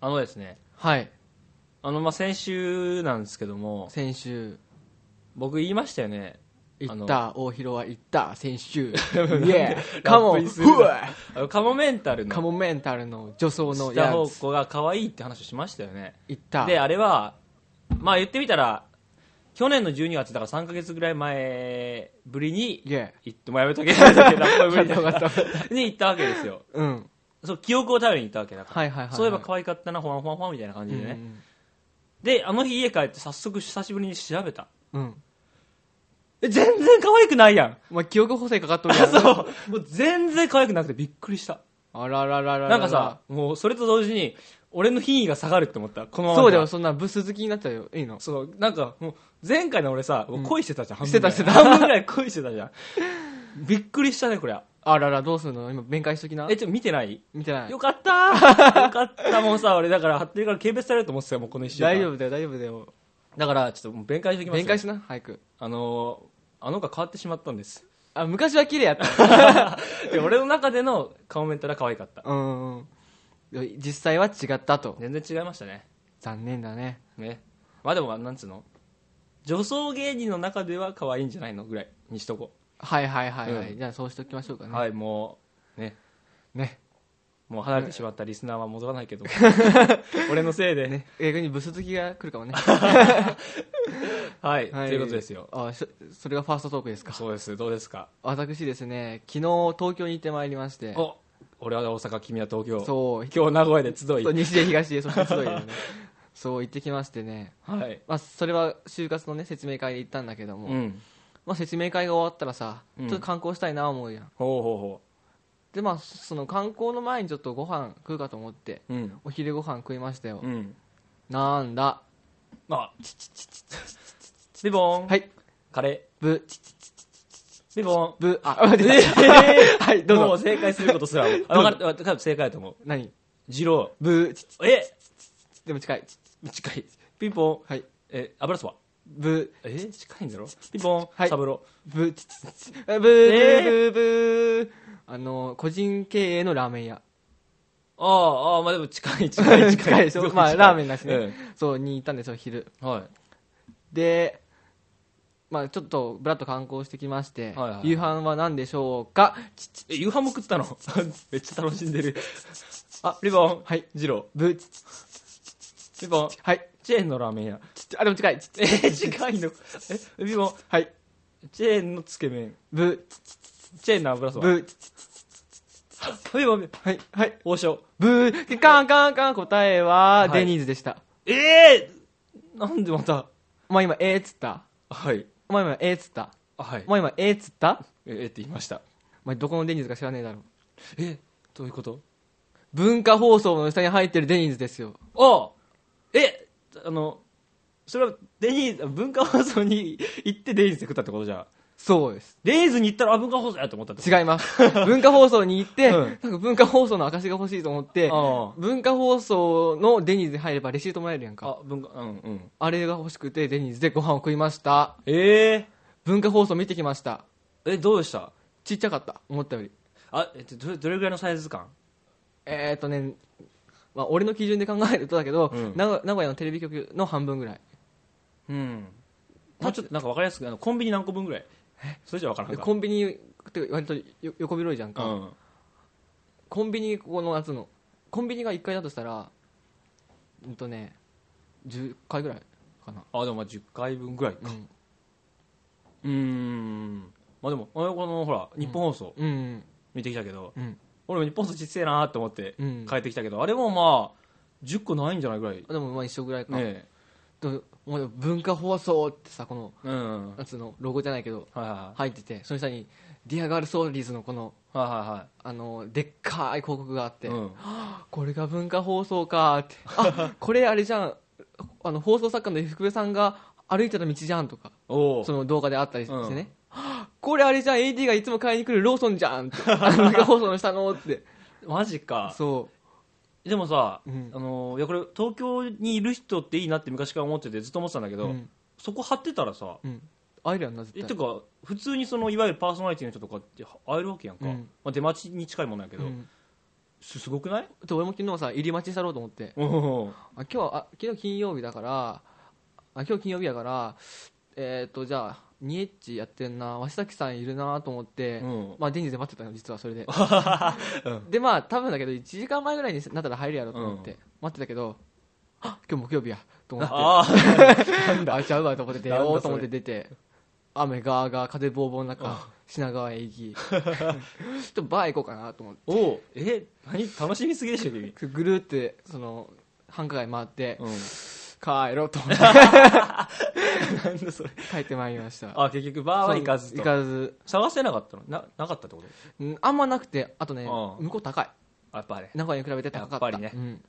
あのですね、はい。あの、まあ、先週なんですけども、先週、僕言いましたよね。あ行のった、大広は行った、先週。イでエーカモラップンにするのふわあのカモメンタルカのモンメンタルの女装の下や方つ。向が可愛いって話をしましたよね。行った。で、あれは、まあ言ってみたら、去年の12月だから3ヶ月ぐらい前ぶりに、イエ行ってもうやめとけ、やめとけ、ラップーぶりよかったよかっに行ったわけですよ。たうん。そう、記憶を頼りに行ったわけだから。はいはいはいはい。そういえば可愛かったな、ほわんほわんほわんみたいな感じでね。で、あの日家帰って早速久しぶりに調べた。うん。うん。え、全然可愛くないやん。まあ、記憶補正かかっとるやあん。そう。もう全然可愛くなくてびっくりした。あらららららら。なんかさ、もうそれと同時に、俺の品位が下がるって思った。このままそうじだゃよ、。そんなブス好きになったよ。いいのそう、なんかもう、前回の俺さ、もう恋してたじゃん。半分してたしてたぐらい半分ぐらい恋してた じゃん。びっくりしたね、これ。あらら、どうすんの今、弁解しときなえ、。ちょ、見てない見てないよ。かった ーよかった、もうさ、俺だから、貼ってるから軽蔑されると思ってたよ、もうこの一週間。大丈夫だよ、大丈夫だよ。だから、ちょっともう弁解してきますよ。弁解しな、早く。あのー、あの子は変わってしまったんです。あ、昔は綺麗やった。で俺の中での顔メンタルは可愛かった。うんうん。実際は違ったと。全然違いましたね。残念だね。ね。まあでも、なんつうの女装芸人の中では可愛いんじゃないのぐらいにしとこはいはいはいはい、うんじゃあそうしておきましょうかう。ね、はい、もう、ね。ねもう離れてしまったリスナーは戻らないけ ど、俺のせいで。逆にブス好きが来るかもね、はい、はということですよ。あそそれがファーストトークですかそうです、どうですか。私ですね昨日東京に行ってまいりましてお俺は大阪、君は東京。そう今日名古屋で集いそう。 西で東でそして集いでねそう行ってきましてね、はい。まあ、それは就活のね説明会で行ったんだけども、うん。まあ、説明会が終わったらさちうょんっと観光したいな思うやん、ほうほでまあそその観光の前にちょっとご飯食うかと思ってうほう。うん。お昼ご飯食いましたよ、うん。なんだあ、チチチチチチチチチリボン。はいカレブチチー。リボン。ブ あ待ってはいどうぞもう正解すること すらも。あ、わかる、わかる、正解だと思う。何二郎。ブチえでも近い。近い。ピンポン。はい。え、油そば。ブ、え近いんだろピンポン。はいサブロブ、ちちちブ、ブ、ブ、ブ、あの、個人経営のラーメン屋。ー。ああ、ああ、まあでも近い、近い、近いでしょまあ、ラーメンだしうんね。そう、に行ったんですよ、昼。はで、まあ、ちょっと、ぶらっと観光してきましてはいは、い夕飯は何でしょうかちちい。え、夕飯も食ったの めっちゃ楽しんでる。あ、リボン。はい。二郎。ブ、ちちリボン。はい。チェーンのラーメン屋。ちちあ、でも近い。ちち え、近いの。え、リボン。はい。チェーンのつけ麺。ブ、ちチェーンの油そば。ブ、ちち リボン。はい、はい。王将。ブ、カンカンカン答えは、はいデニーズでした。ええなんでまた。まあ今、えーっつった。はい。まあ今、えーっつった。あはい。まあ今、えーっつったええって言いました。まあ、どこのデニーズか知らねえだろうえ、どういうこと文化放送の下に入ってるデニーズですよあえ、あの、それはデニーズ、文化放送に行ってデニーズで食ったってことじゃん。そうですデニーズに行ったらあ文化放送やと思ったってこと違います文化放送に行って、うんなんか文化放送の証が欲しいと思ってあ文化放送のデニーズに入ればレシートもらえるやんかあ、文化、うんうん。あれが欲しくてデニーズでご飯を食いましたええ文化放送見てきましたえ、どうでしたちっちゃかった思ったよりあ、えっと、どれ、どれぐらいのサイズ感えーっとねまあ、俺の基準で考えるとだけど、うん名古名古屋のテレビ局の半分ぐらいうん。もうちょっとなんかわかりやすく、あの、コンビニ何個分ぐらいそれじゃわからんでか。コンビニって割とよ横広いじゃんうか、ん。コンビニここのやつのコンビニが1階だとしたらうんとね10階ぐらいかなあ、でもまあ10回分ぐらいか。うんうーん。まあでも、あこの、ほら、日本放送うん見てきたけど、うん俺も日本放送ちっせえなーって思ってうん帰ってきたけど、あれもまあ、10個ないんじゃないぐらい。ねでもまあ一緒ぐらいか、え。でももう文化放送ってさこのうん。はいやつのロゴじゃないけどはいは入っててその下に「ディアガールソーリーズのこのい。はいはいはあのでっかい広告があっい。て、うん。これが文化放送かーってあこれあれじゃんあの放送作家の福部さんが歩いてた道じゃんとかおおそ。の動画であったりしてね、これあれじゃん AD がいつも買いに来るローソンじゃんって あの中放送の下のってマジか。そでもさ、うんあのーいやこれ東京にいる人っていいなって昔から思っててずっと思ってたんだけう、ど、うんそこ貼ってたらさ、うん、アイランな絶え対てか普通にそのいわゆるパーソナリティの人とかって会えるわけやんか、うんまあ、出待ちに近いもんなんやけうど、んすすごくないで俺も昨日さ入り待ちしたろうと思っておおあ今日はあ昨日金曜日だからあ今日金曜日やからえっ、とじゃあニエッチやってんな鷲崎さんいるなと思って、うんまあ、デニーズで待ってたの実はそ れででまあ多分だけど1時間前ぐらいになったら入るやろうと思って、うん待ってたけどあ今日木曜日やと思ってあああ ちゃうわと思って出なんだよそうれと思って出て雨ガーガー風ボーボーの中品川へ 行きちょっとバー行こうかなと思っておおえ何楽しみすぎでしょ君ぐるーってその繁華街回ってうん帰ろうと思って なんだそれ帰ってまいりましたあ結局バーは行かず行とかず探してなかったのななかったってことうんあんまなくてあとねああ向こう高いあやっぱあれ、名古屋に比べて高かったやっぱりねうん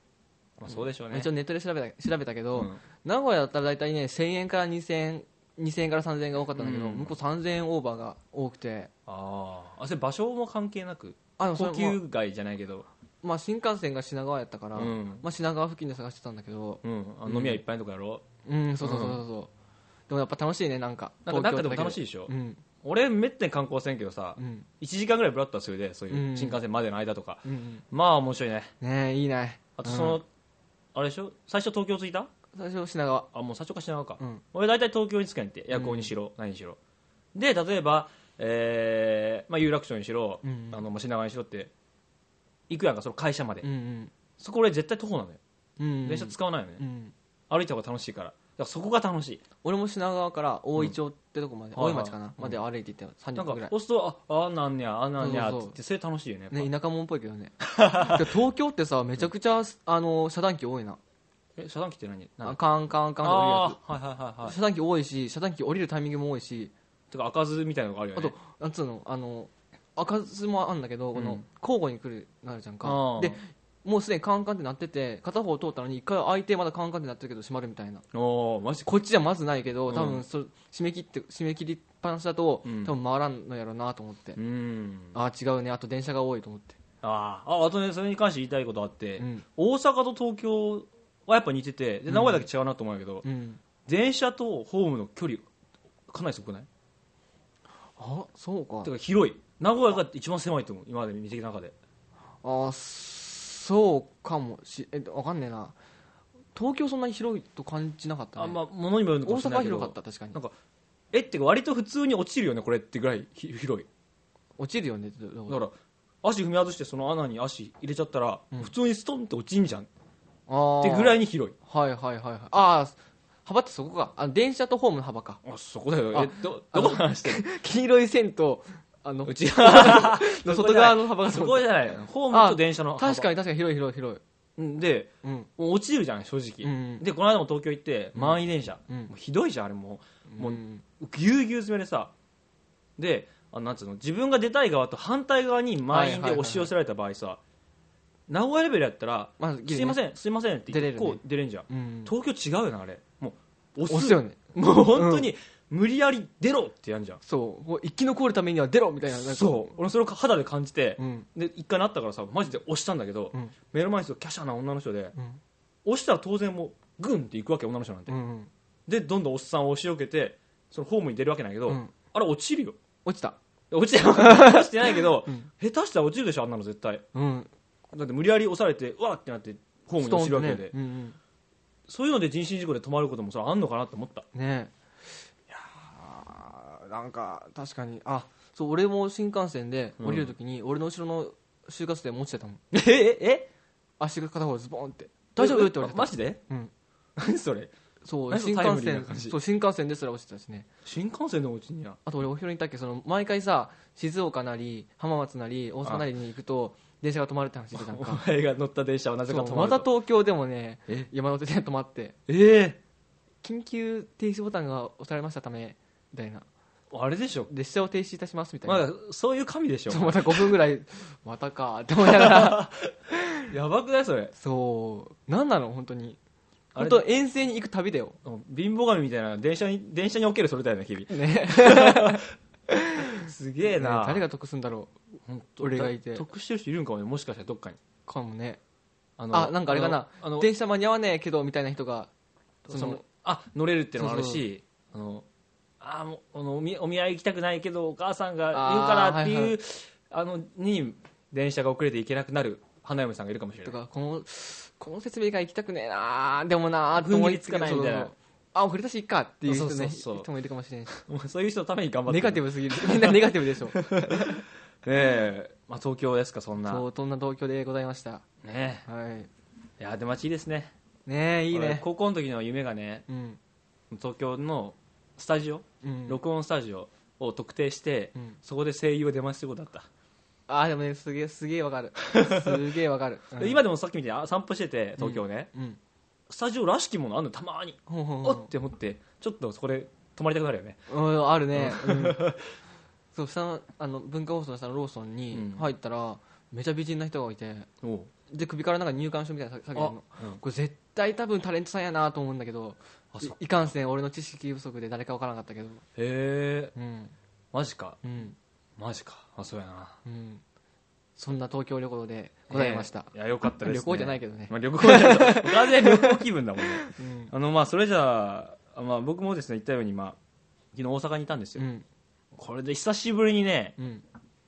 まあ、そうでしょうね一応ネットで調べた調べたけど、うん名古屋だったら大体ね1000円から2000円2000円から3000円が多かったんだけど、うん向こう3000円オーバーが多くてあーあそれ場所も関係なくあのそ高れも級街じゃないけどまあ、新幹線が品川やったから、うんまあ、品川付近で探してたんだけどうん、あうん飲み屋いっぱいのとこやろ、うんそうそうそうそう、でもやっぱ楽しいねなんかなんか東京なんかでも楽しいだでしょけうん俺めったに観光せんけどさ、うん1時間ぐらいぶらっとはするでそうういんう新幹線までの間とか、うんまあ面白いねうんねえいいねあとその、あれでしょ最初東京着いた最初品川あもう最初か品川か、うん俺大体東京に着くやんって夜行にしろ、何にしろで例えば、えーまあ、有楽町にしろ、うんあのまあ品川にしろって行くやんかその会社まで、うんそこ俺絶対徒歩なのよ、うんうん電車使わないよね、うん歩いた方が楽しいからだからそこが楽しい俺も品川から大井町ってとこまで、うん大井町かはいな、はいまで歩いていって30なん分かぐらい押すとああんなんねやあんなんねやそうっそうてそれ楽しいよねやっぱね、田舎もんっぽいけどね 東京ってさめちゃくちゃあの遮断機多いなえ遮断機って何なんあだカンカンカンと降りるやあーはいはいはいはつ遮断機多いし遮断機降りるタイミングも多いしいてか開かずみたいなのがあるよあねとなんつうのあの開かずもあるんだけどこうのん交互に来るなるじゃんあかーでもうすでにカンカンってなってて片方通ったのに一回開いてまだカンカンってなってるけど閉まるみたいなおおマジかこっちじゃまずないけど多う分んそ締め切って締め切りっぱなしだとうん多分回らんのやろうなと思ってうんああ違うねあと電車が多いと思ってあーああとねそれに関して言いたいことあって、うん大阪と東京はやっぱ似ててで名古屋だけ違うなと思うんやけど、うん電車とホームの距離かなりすごくないあそうかてか広い名古屋が一番狭いと思う今まで見てきた中であそうかもしえわかんねえな東京そんなに広いと感じなかった、ねあんま物にもよるのか大もしれ阪なはいけど広かった確かになんかえってか割と普通に落ちるよねこれってぐらいひ広い落ちるよねどどういうこだから足踏み外してその穴に足入れちゃったら、普通にストンって落ちんじゃんっとあてぐらいいに広いはいはいはいはいああ幅ってそこかあ電車とホームの幅か あそこだよあえどどこの話してる黄色い線とあ のうち外側の幅 がそこじゃないホームと電車の幅確かに確かに広い広い広いにでうんもう落ちるじゃん正直、うんでこの間も東京行って満員電車、うんもうひどいじゃんあれもうもううんぎゅうぎゅう詰めでさであなんつうの自分が出たい側と反対側に満員で押し寄せられた場合さ、名古屋レベルやったらまあ「すいませんすいません」って出れるねこう出れんじゃん、うん東京違うよなあれもう押押すすよね もう本当に無理やり出ろってやんじゃん、そうこう生き残るためには出ろみたいななんかそう俺それを肌で感じて、うんで一回なったからさマジで押したんだけど、うん目の前にするキャシャな女の人でうん押したら当然もうグンっていくわけ女の人なんて、うんでどんどんおっさんを押しよけてそのホームに出るわけないけど、うんあれ落ちるよ 落ちた落ちて落ちてないけど、うん下手したら落ちるでしょあんなの絶対うんだって無理やり押されてうわーってなってホームに落ちるわけで、ストンとねうんそういうので人身事故で止まることもそれあんのかなと思ったうんねいやーなんか確かにあそう俺も新幹線で降りるときに、俺の後ろの就活生も落ちてたもんえええ足が片方ズボンって大丈夫って言わ れてたマジでうん何それそう何そ新のタイム幹リーな線感じそう新幹線ですら落ちてたしね新幹線のうちにやあと俺お昼に行ったっけその毎回さ静岡なり浜松なり大阪なりに行くと電車が止まるって話してた んおか前が乗った電車はなぜかそう止ままるた東京でもねえ山手線止まってえ緊急停止ボタンが押されましたためみたいなえあれでしょ列車を停止いたしますみたいなまだそういう神でしょそうまた5分ぐらい またかって思いながら やばくないそれそうなんなの本当にあ本れ当遠征に行く旅だよ貧乏神みたいな電車に電車におけるそれだよね日々ね すげえな、誰が得すんだろ本当俺がいて得してる人いるんかもねもしかしたらどっかにうかもねああなんかあれかなあの電車間に合わねえけどみたいな人がそそののあ乗れるってのもあるしあのあもうあのお見お見合い行きたくないけどお母さんが言うからっていうあ,、のに電車が遅れて行けなくなる花嫁さんがいるかもしれとないかこのこの設備が行きたくねえなーでもなーと思いつ踏ん切りつかないみたいなそうそうあ送り出しいっかっていう人,、ね、そうそうそう人もいるかもしれないしも うそういう人のために頑張ってネるガティブすぎる みんなネガティブでしょねえ、まあ、東京ですかそん なそうそんな東京でございましたねはいえいや出待ちいいですねねえいい俺ね高校の時の夢がねうん東京のスタジオ、うん録音スタジオを特定して、うんそこで声優を出ますってことだった、あーでもねすげえすげえわか るすげえわかる、うんで今でもさっきみたいにあ散歩してて東京ね、うんスタジオらしきものあんのたまに、ほうほうほおうって思ってちょっとそこで泊まりたくなるよねうん、あるね、うんそう下のあの文化放送の下のローソンにうん入ったら、めちゃ美人な人がいておうで首からなんか入管証みたいなの下げてあ、るのこれ絶対多分タレントさんやなと思うんだけどあそういいかんせん俺の知識不足で誰か分からなかったけどへえうんマジかうんマジかあそうやなうんそんな東京旅行でございました、ええいやよかったです、ね、旅行じゃないけどねまあ、旅行じゃない完全に旅行気分だもんねうんあのまあそれじゃあ、まあ、僕もですね言ったように、まあ、昨日大阪にいたんですうよ、んこれで久しぶりにねうん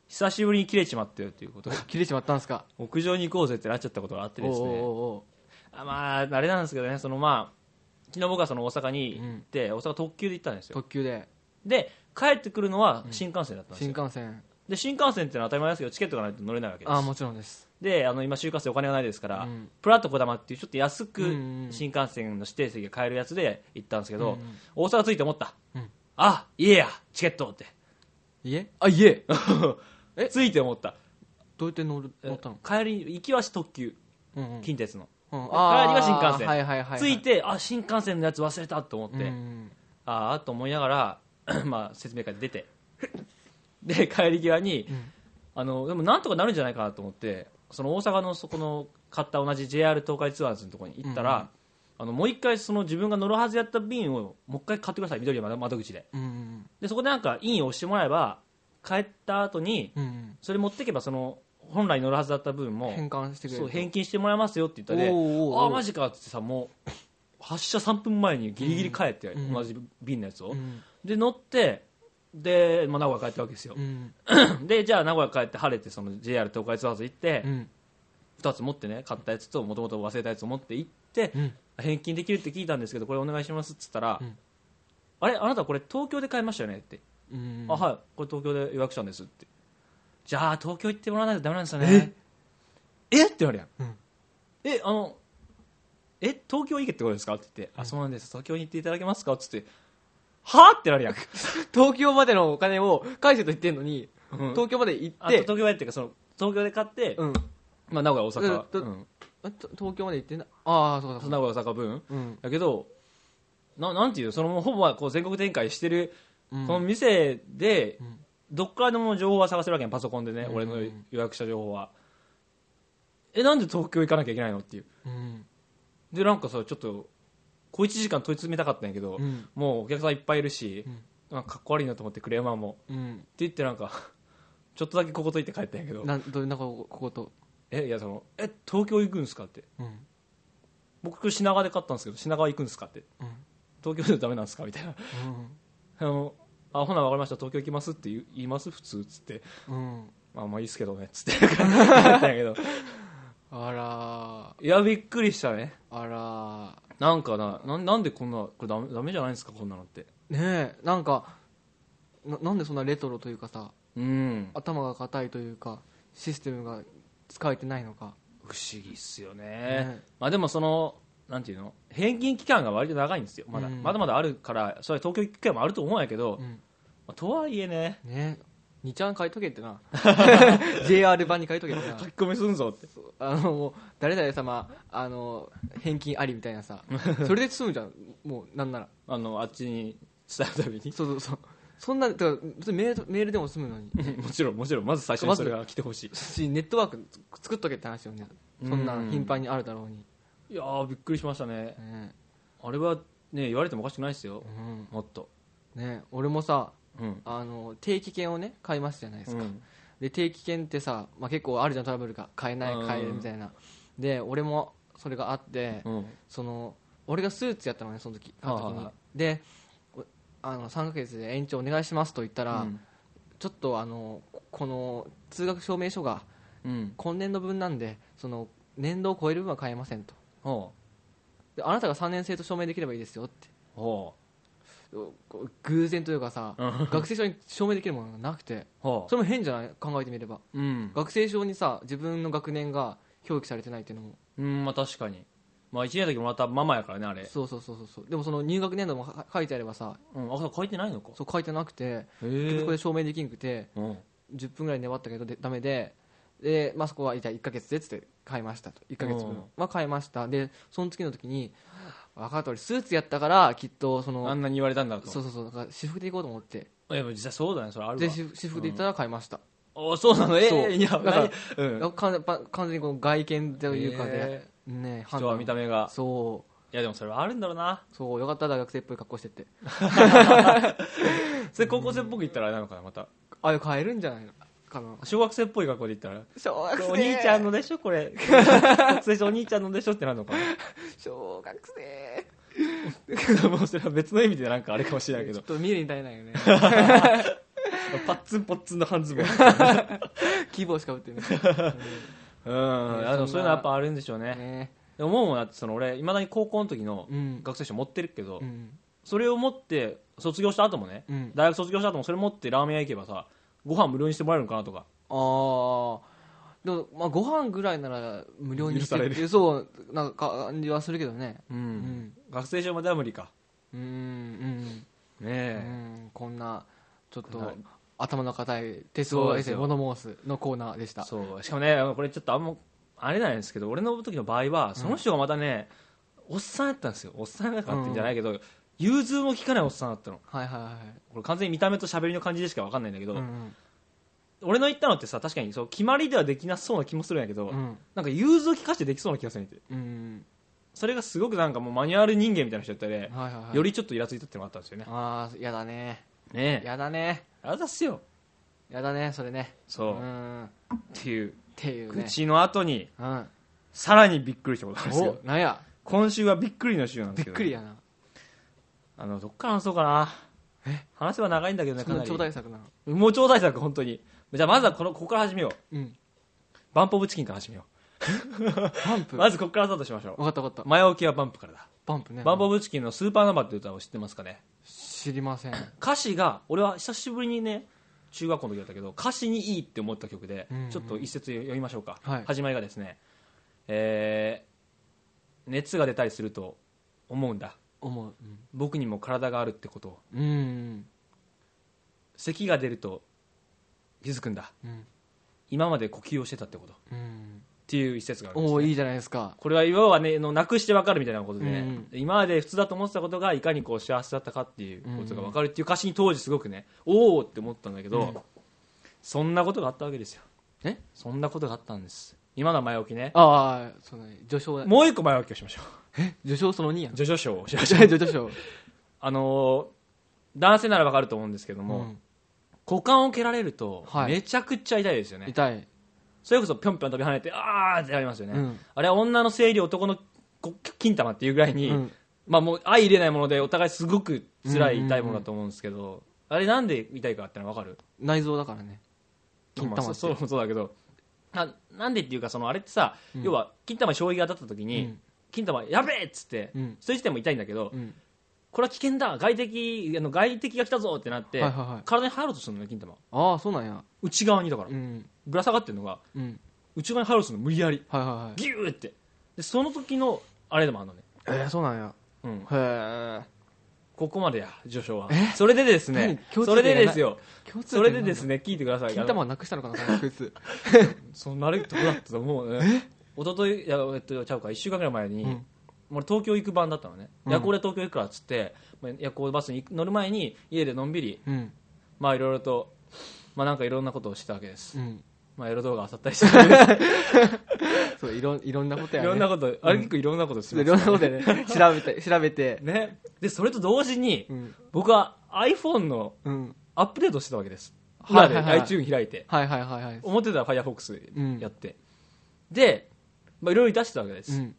久しぶりに切れちまったよっていうことが切れちまったんすか屋上に行こうぜってなっちゃったことがあってですおうおねあまああれなんですけどねそのまあ昨日僕はその大阪に行って、大阪特急で行ったんですうおうよ特急でで帰ってくるのは新幹線だったんです新よ、幹線で新幹線ってのは当たり前ですけどチケットがないと乗れないわけですああもちろんですであの今就活生お金がないですから、うんプラットこだまっていうちょっと安くうんうん新幹線の指定席が買えるやつで行ったんですけど、うんうん大阪着いて思った、うんあいえやチケットって家 あ家え着いて思ったどうやって乗る乗ったの帰り行きは特急うんうん近鉄の、うん、帰りが新幹線はいはいはい、はい、着いてあ新幹線のやつ忘れたと思って、うんああと思いながら、 まあ、説明会で出て で帰り際に、うんあのでもなんとかなるんじゃないかなと思ってその大阪のそこの買った同じ JR 東海ツアーズのところに行ったら、うんうんあのもう一回その自分が乗るはずやった便をもう一回買ってください緑の窓口でうんうんでそこでなんか印を押してもらえば帰った後にうんうんそれ持ってけばその本来乗るはずだった分も変換してくれるそう返金してもらいますよって言ったでおうおうおうああマジかっつってさもう発車3分前にギリギリ帰って、うん同じ便のやつを、うんで乗ってで、まあ、名古屋帰ったわけですよう、んでじゃあ名古屋帰って晴れてその JR 東海ツアーズ行って、うん2つ持ってね買ったやつともともと忘れたやつを持って行って、うん返金できるって聞いたんですけどこれお願いしますっつったら、うんあれあなたこれ東京で買いましたよねって、うんあはいこれ東京で予約したんですってじゃあ東京行ってもらわないとダメなんですよねえってなるやん、うんえあのえ東京行けってことですかって言って、あそうなんです東京に行っていただけますかっつってはあってなるやん、東京までのお金を返せと言ってんのに、うん東京まで行あっとて東京へっていうかその東京で買って、うんまあ、名古屋大だ阪、だうんあと東京まで行ってんだああそうだ名そうだ古屋大阪分うんだけどななんていうそのもうほぼはこう全国展開してる、うんこの店で、んどっからでも情報は探せるわけやんパソコンでね、うん俺の予約した情報はえなんで東京行かなきゃいけないのっていううんでなんかさちょっと小1時間問い詰めたかったんやけど、うんもうお客さんいっぱいいるし、んなんかかっこ悪いなと思ってクレーマーもうんって言ってなんかちょっとだけここと言って帰ったんやけどなんどんなここことえいやそのえ東京行くんすかってうん僕品川で買ったんですけど品川行くんですかってうん東京じゃダメなんですかみたいな あのあほな分かりました東京行きますって言う言います普通っつってうんうんまあまあいいっすけどねっつって 帰ったんやけどあいやびっくりしたねらあなんかななんなんでこんなこれダメダメじゃないんですかこんなのってらねえなんかななんでそんなレトロというかさうん頭が硬いというかシステムが使えてないのか不思議っすよねねまあでもそのなんていうの返金期間が割と長いんですよまだ,、うんまだまだあるからそれは東京行く機会もあると思うんやけど、うんまあとはいえねね2ちゃん書いとけっ てな JR 版に書いとけってな書き込みすんぞってあのもう誰々様あの返金ありみたいなさそれで済むじゃんもうなんならあのあっちに伝えるたびにそうそうそうそんなてか別にメールメールでも済 むのにもちろんもちろんまず最初にそれが来てほしいしネットワーク作っとけって話よねそんなうん頻繁にあるだろうに、いやーびっくりしましたねねあれはね言われてもおかしくないですようんもっとね、俺もさうんあの定期券をね買いますじゃないですか、うんで定期券ってさ、まあ、結構あるじゃんトラブルが買えないうん買えるみたいなで俺もそれがあって、うんその俺がスーツやったのねその時買う時はいはいにはいでおあの3ヶ月で延長お願いしますと言ったら、うんちょっとあのここの通学証明書がうん今年度分なんでその年度を超える分は変えませんとほであなたが3年生と証明できればいいですよってうほこう偶然というかさううん学生証に証明できるものがなくてほそれも変じゃない考えてみればううん学生証にさ自分の学年が表記されてないっていうのもうんまあ確かにまあ1年の時もらったママやからねあれそうそうそうそうそうでもその入学年度もは書いてあればさうんあそう書いてないのかそう書いてなくてへ結え局これ証明できんくてうん10分ぐらい粘ったけどでダメでで、まあ、そこはじゃあ1ヶ月でっつって買いましたと1ヶ月うん分は買いましたでその次の時に分かった俺スーツやったからきっとそあのんなに言われたんだとそうそうそうだから私服で行こうと思っていやでも実際そうだねそれあるでわ私私服で行ったら買いました、おそうなのえそうえいやだから何うんだから完全完全にこの外見というかで、へね判人は見た目がそいやでもそれはあるんだろうなうそうよかったら学生っぽい格好してってそれ高校生っぽく言ったらあれなのかなまたあれ買えるんじゃないのかな小学生っぽい学校で言ったら小学お兄ちゃんのでしょこれ学生証お兄ちゃんのでしょってなるのか小学生なもうそれは別の意味でなんかあれかもしれないけちどょっと見るに耐えないよね パッツンポッツンの半ズボン希望しか売ってないうん、あでもそういうのはやっぱあるんでしょうね ねでも思うもんだってその俺いまだに高校の時のうん学生証持ってるけど、うんそれを持って卒業した後もね、うん大学卒業した後もそれ持ってラーメン屋行けばさご飯無料にしてもらえるのかなとかああでも、まあ、ご飯ぐらいなら無料にして許されっるていうそうなんか感じはするけどねうん、ん学生証までは無理かうんうんねうえ、んこんなちょっこんなと頭の固い鉄そ道うで衛す星よ物申すのコーナーでしたそうしかもねこれちょっとあんまあれなんですけど俺の時の場合はその人がまたね、おっさんやったんですよおっさんやからってんじゃないけど、融通も利かないおっさんだったのはいはいはこれ完全に見た目と喋りの感じでしか分かんないんだけど、いうん俺の言ったのってさ確かにそう決まりではできなそうな気もするんやけど、うんなんか融通を利かしてできそうな気がするんでうんそれがすごくなんかもうマニュアル人間みたいな人だったりで、はいはいはいよりちょっとイラついたってのもあったんですよねああやだねねえやだねあざっすよやだねそれねそう、っうんっていうていう愚ね痴の後にうんさらにびっくりしたことなんですよおなんや今週はびっくりの週なんですびっけどくりやなあのどっから話そうかな話せば長いんだけどねそかんななり超大作なもう超大作本当にじゃあまずはこのここから始めよううんバンプオブチキンから始めよバンうプまずここからスタートしましょ分かった分かっう前置きはバンプからだたバンプねバンプオブチキンの「スーパーナバ」っていう歌を知ってますかね知りません歌詞が俺は久しぶりにね中学校の時だったけど歌詞にいいって思った曲で、うんうんちょっと一節読みましょうか、はい始まりがですね、えー熱が出たりすると思うんだ思う僕にも体があるってことをうんうん咳が出ると気づくんだうん今まで呼吸をしてたってことっうんていう一節があるんですおおいいじゃないですかこれは要はねあのなくしてわかるみたいなことで、うん今まで普通だと思ってたことがいかにこう幸せだったかっていうことがわかるっていう歌詞に当時すごくねおおって思ったんだけど、うんそんなことがあったわけですよえそんなことがあったんです今のは前置きねああそうだね序章だもう一個前置きをしましょ 序章その2やうん徐々賞をしましょう序章 あのー男性ならわかると思うんですけどうも、ん股間を蹴られるとはいめちゃくちゃ痛いですよね、痛いそれこそぴょんぴょん飛び跳ねてあーってやりますよね、うんあれは女の生理男のこ金玉っていうぐらいに、うんまあ、もう相入れないものでお互いすごく辛い痛いものだと思うんですけど、あれなんで痛いかってのは分かる内臓だからね金まあ玉そ ってそうそうだけどななんでっていうかそのあれってさ、うん要は金玉に衝撃が当たった時に、うん金玉やべえっつって、うんそれ自体も痛いんだけど、うんこれは危険だ外敵あの外敵が来たぞってなって、はいはいはい体に入ろうとするのね金玉ああそうなんや内側にだから、うんぶら下がってるのがうん内側に入ろうとするの無理やりはいはいはいギューってでその時のあれでもあるのね、えーそうなんやうん、へここまでや序章はそれでですね何共そ通れ点でですよえそれでですねね聞いてください金玉はなくしたのかなこのこいつそんなれるとこだったと思うね一昨日いやえっとちゃうか1週間ぐらい前に、うん俺東京行く番だったのね、うん夜行で東京行くからっつってまあ夜行バスに乗る前に家でのんびりうんまあいろいろとまあなんかいろんなことをしてたわけです、うんまあエロ動画あさったりしてそういろんいろんなこといやねろんなことあれ結構いろんなことしていまろんしなことやね調べ て調べてたねでそれと同時に、うん僕は iPhone のうんアップデートしてたわけですは裏いではいはい iTunes 開いてはいはいはいはい思ってたら Firefox んやって、で、まあ、いろいろ出してたわけです、うん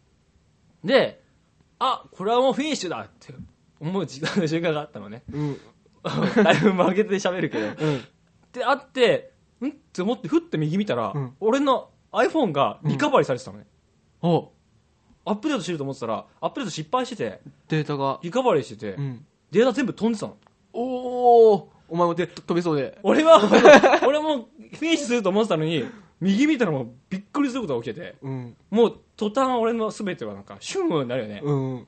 であこれはもうフィニッシュだって思う時間の瞬間があった のねうんだいぶ負けて喋るけどうんであってんって思ってふって右見たら、うん俺の iPhone がリカバリーされてたのね、おアップデートしてると思ってたらアップデート失敗しててデータが、リカバリーしてて、うん、データ全部飛んでたのおおお前もで飛びそうで俺 は俺もフィニッシュすると思ってたのに右見たらもうびっくりすることが起きててうんもう途端俺の全てはなんかシュンになるよね、っうん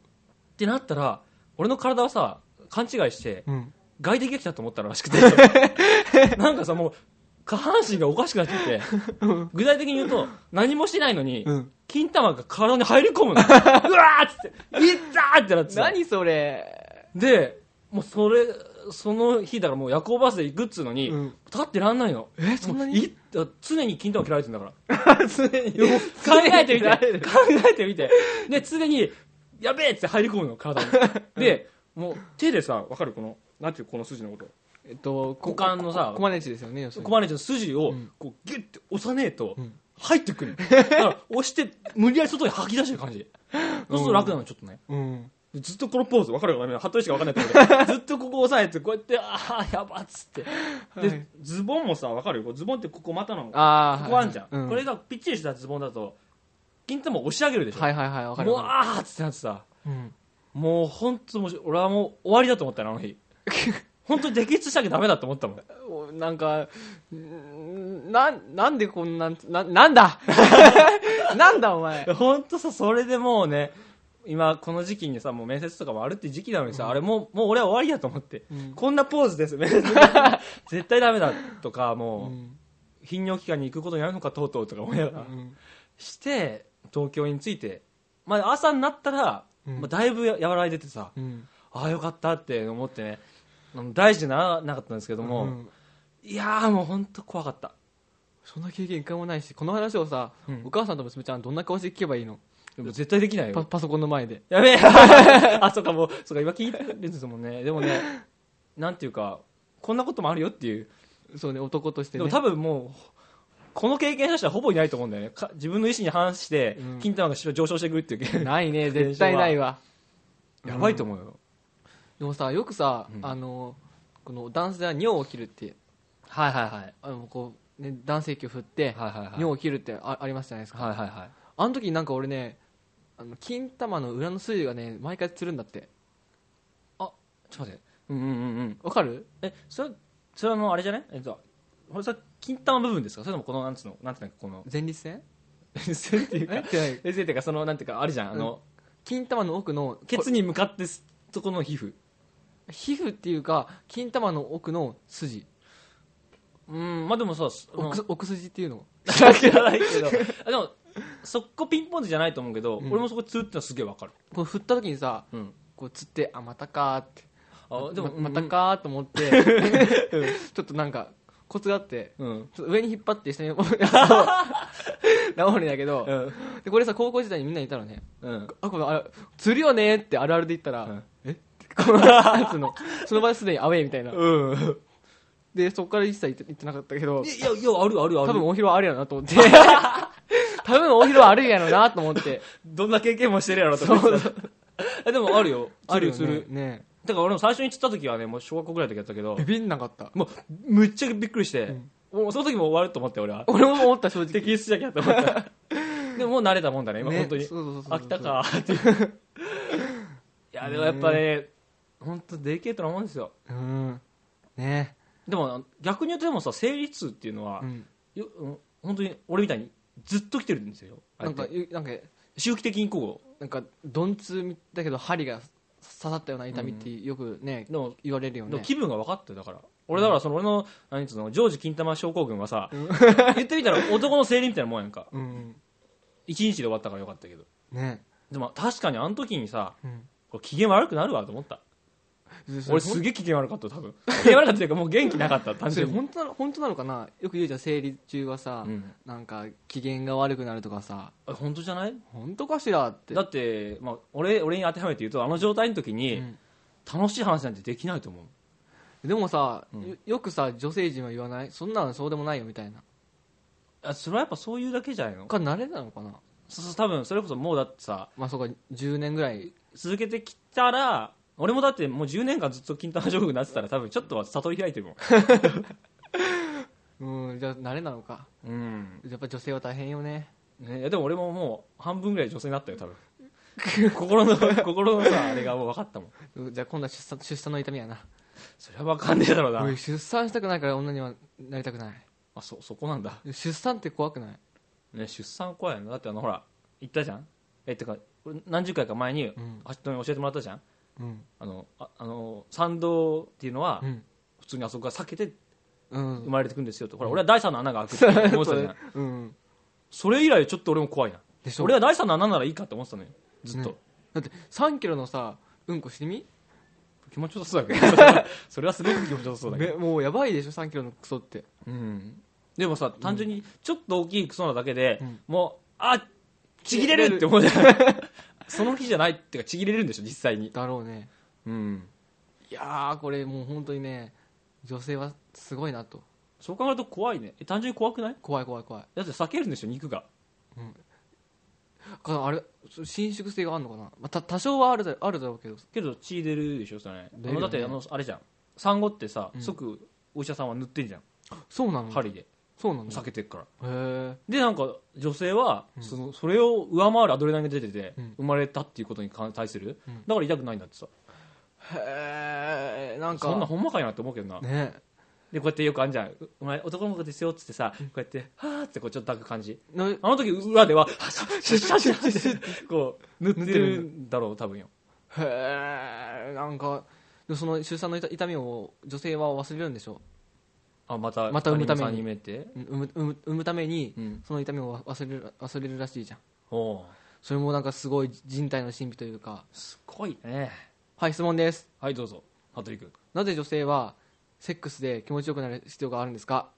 てなったら俺の体はさ勘違いしてうん外敵が来たと思ったらしく てなんかさもう下半身がおかしくなってきて具体的に言うと何もしてないのに、うん金玉が体に入り 込むのうわーっつって「いったー!」ってなってさ何それでもうそれその日だからもう夜行バスで行くっつうのに、うん立ってらんないのえそんなにい常に金玉切られてんだから常にいやもう考えてみ慣れてる 考えてみてで常にやべえって入り込むの体 にでもう手でさわかるこのなんていうこの筋のこと えっと股間のさコマネチですよね要するにコマネチの筋をんこうギュッて押さねえとうん入って くる、だから押して無理やり外に吐き出してる感じそうすると楽なのちょっとねうんでずっとこのポーズ分かるかな服部しか分かんないと思うけど ずっとここ押さえてこうやってああやばっつってで、はいズボンもさ分かるよこうズボンってここ股のこああこあんじゃん、うこれがぴっちりしたズボンだと金玉を押し上げるでしょ、はいはいはいわかるもうわかあーっつってなってさるうんもう本当もう俺はもう終わりだと思ったのあの 日本当に溺出しなきゃダメだと思ったもんおなんか、んなん、なんでこんなん、な、なんだ なんだお前。本当さそれでもうね今この時期にさもう面接とかもあるって時期なのにさ、あれもうもう俺は終わりだと思って、うんこんなポーズ です面接絶対ダメだとかもう、うん頻尿期間に行くことになるのかとうとうとか思いながら、して東京に着いて、まあ、朝になったら、うんまあ、だいぶや和らいでてさ、うんああよかったって思ってねあの大事にならなかったんですけども、うんいやーもう本当怖かったそんな経験一回もないし、この話をさ、うんお母さんと娘ちゃんどんな顔して聞けばいいのでも絶対できないパよパソコンの前で。やべえ あそうかもうそうか今聞いてるんですもん ねでもねなんていうかこんなこともあるよっていうそうね、男としてでね。も多分もうこの経験した人はほぼいないと思うんだよねか自分の意思に反してうん金玉が上昇してくるっていう経験、ないね、絶対ないわ。やばいと思うよ、でもさ、よくさ、うんあの、この男性は尿を切るって、はいはいはいあの、こう、ね、男性器を振って、はいはいはい尿を切るってあありましたじゃないですか。はいはいはいあの時になんか俺ね、あの金玉の裏の筋がね、毎回つるんだって。ちょっと待ってうんうんうんうんわかるえそれそれはあのあれじゃないえっとこれさ金玉部分ですかそれともこのなんつうのなんていうのこ の前立腺先生っていうえかってない先生っていうかそのなんていうかあるじゃんあの、金玉の奥のケこツに向かってすそこの皮膚れ皮膚っていうか金玉の奥の筋うんまあでもさす奥す奥筋っていうの知らない けどあでもそこピンポンじゃないと思うけど、うん俺もそこツーってのはすげえわかる、こう振った時にさうん、こうつってあまたかーってあでも、ままたかーと思って ちょっとなんかコツがあってうんうん、ちょっと上に引っ張って下に こう直るんだけどうんでこれさ高校時代にみんなにいたのねうん、あこれあれ釣るよねーってあるあるで言ったら、うんえこのやつのその場ですでにアウェイみたいなうん、でそこから一切行って行ってなかったけどいやいやあるあるある多分お広あるやろな と思って多分お広あるやろなと思ってどんな経験もしてるやろと思ってたえでも あるよある よするするねねだから俺も最初に釣った時はねもう小学校ぐらいの時やったけどビビんなかったもうむっちゃびっくりして、んもうその時も終わると思って俺は俺も思った正直適出しなきゃと思った でももう慣れたもんだね今ね本当にそうそうそうそう飽きたかーっていう いやでもやっぱね本当デリケートなもんですようんねでも逆に言うとでもさ生理痛っていうのは、うんようん本当に俺みたいにずっと来てるんですよあれっなんてかゆなんか周期的にこなんか鈍痛だけど針が刺さったような痛みってよくねうでも言われるよでもね気分が分かってるだから俺だからその俺の何つうのジョージ金玉症候群はさ、 言ってみたら男の生理みたいなもんやんかうん1日で終わったからよかったけどねでも確かにあの時にさうんこれ機嫌悪くなるわと思ったそれ俺すげえ機嫌悪かった 多分機嫌悪かったというかもう元気なかった単それ純に、本当なの本当なのかなよく言うじゃん生理中はさうん、なんか機嫌が悪くなるとかさあ本当じゃない本当かしらってだって、まあ、俺俺に当てはめて言うとあの状態の時に、うん楽しい話なんてできないと思うでもさ、うんよよくさ女性陣は言わないそんなのそうでもないよみたいなあそれはやっぱそういうだけじゃないのか慣れなのかなそうそう多分それこそもうだってさまあそうか10年ぐらい続けてきたら俺もだってもう10年間ずっと金玉上手になってたら多分ちょっとは悟り開いてるもんうんじゃあ慣れなのかうん、やっぱ女性は大変よねね、いやでも俺ももう半分ぐらい女性になったよ多 分心の心のさあれがもう分かったもんうじゃあ今度は出産出産の痛みやなそれは分かんねえだろうな俺出産したくないから女にはなりたくないあそそこなんだ、出産って怖くないね、出産怖いよなだってあのほら言ったじゃんえってか俺何十回か前にうんあっ人に教えてもらったじゃんうんあのああの参道っていうのはうん普通にあそこが避けてうん生まれてくんですよと、ほら俺は第三の穴が開くって思ってたじゃん うんそれ以来ちょっと俺も怖いなでしょ俺は第三の穴ならいいかって思ってたのよずっと、ねだって3キロのさうんこしてみ気持ちよさそうだけど それはそれはすごく気持ちよさそうだけど、めもうやばいでしょ3キロのクソってうん、でもさ単純にちょっと大きいクソなだけで、うんもうあちぎれるって思 うじゃんその日じゃないっていうかちぎれるんでしょ実際にだろうねうんいやーこれもう本当にね女性はすごいなとそう考えると怖いねえ単純に怖くない怖い怖い怖いだって避けるんでしょ肉がかあれ伸縮性があるのかな、まあ、た多少はあるだあるだろうけどけど血出るでしょそれ、ね、出るあのよねだってあのあれじゃん産後ってさ、うん即お医者さんは塗ってんじゃんそうなの針でそうなの避けてるから、へでなんか女性はそのそれを上回るアドレナリンが出ててうん生まれたっていうことに関対する、うんだから痛くないんだってさえへえなんかそんなほんまかいなって思うけどな、ねでこうやってよくあんじゃん「お前男の子ですよ」っつってさこうやって「はーってこうちょっと抱く感じのあの時裏 では「あシャシャシャシャシャシャ」ってこう塗ってるんだろう多分よへえなんかでもその出産の痛痛みを女性は忘れるんでしょあまたまた産むためにアニメってうん産む産む産むためにうんその痛みを忘れる忘れるらしいじゃんおうそれもなんかすごい人体の神秘というかすごいねはい質問ですはいどうぞ羽鳥君なぜ女性はセックスで気持ちよくなる必要があるんですか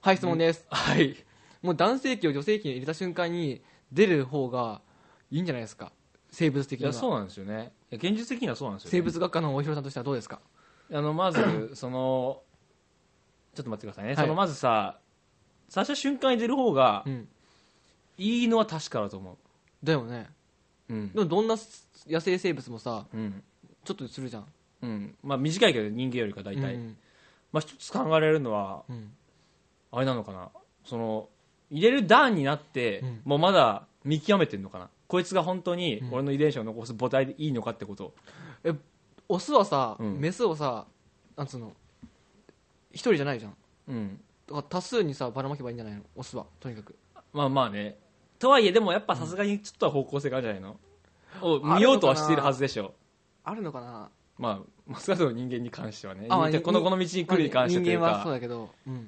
はい質問です、はいもう男性器を女性器に入れた瞬間に出る方がいいんじゃないですか生物的いにはやそうなんですよねいや現実的にはそうなんですよ、ね、生物学科の大広さんとしてはどうですかあのま ずそのちょっと待ってくださいね、はいそのまずさ最初瞬間に出る方がうんいいのは確かだと思だよねううんでもどんな野生生物もさうん、ちょっとするじゃんうん、まあ短いけど人間よりか大体、うんまあ一つ考えられるのはうんあれなのかなその入れる段になって、うんもうまだ見極めてるのかなこいつが本当にうん俺の遺伝子を残す母体でいいのかってこと、オスはさ、うんメスをさなんつうの一人じゃないじゃんうん、だから多数にさばらまけばいいんじゃないのオスはとにかくまあまあねとはいえでもやっぱさすがにちょっとは方向性があるんじゃないの、をあ見るのかなようとはしているはずでしょあるのかなまあ、まあ少なくとも人間に関してはね、あまあ人間このこの道に来るに関してとい人う間はそうか、だけど、うん、っ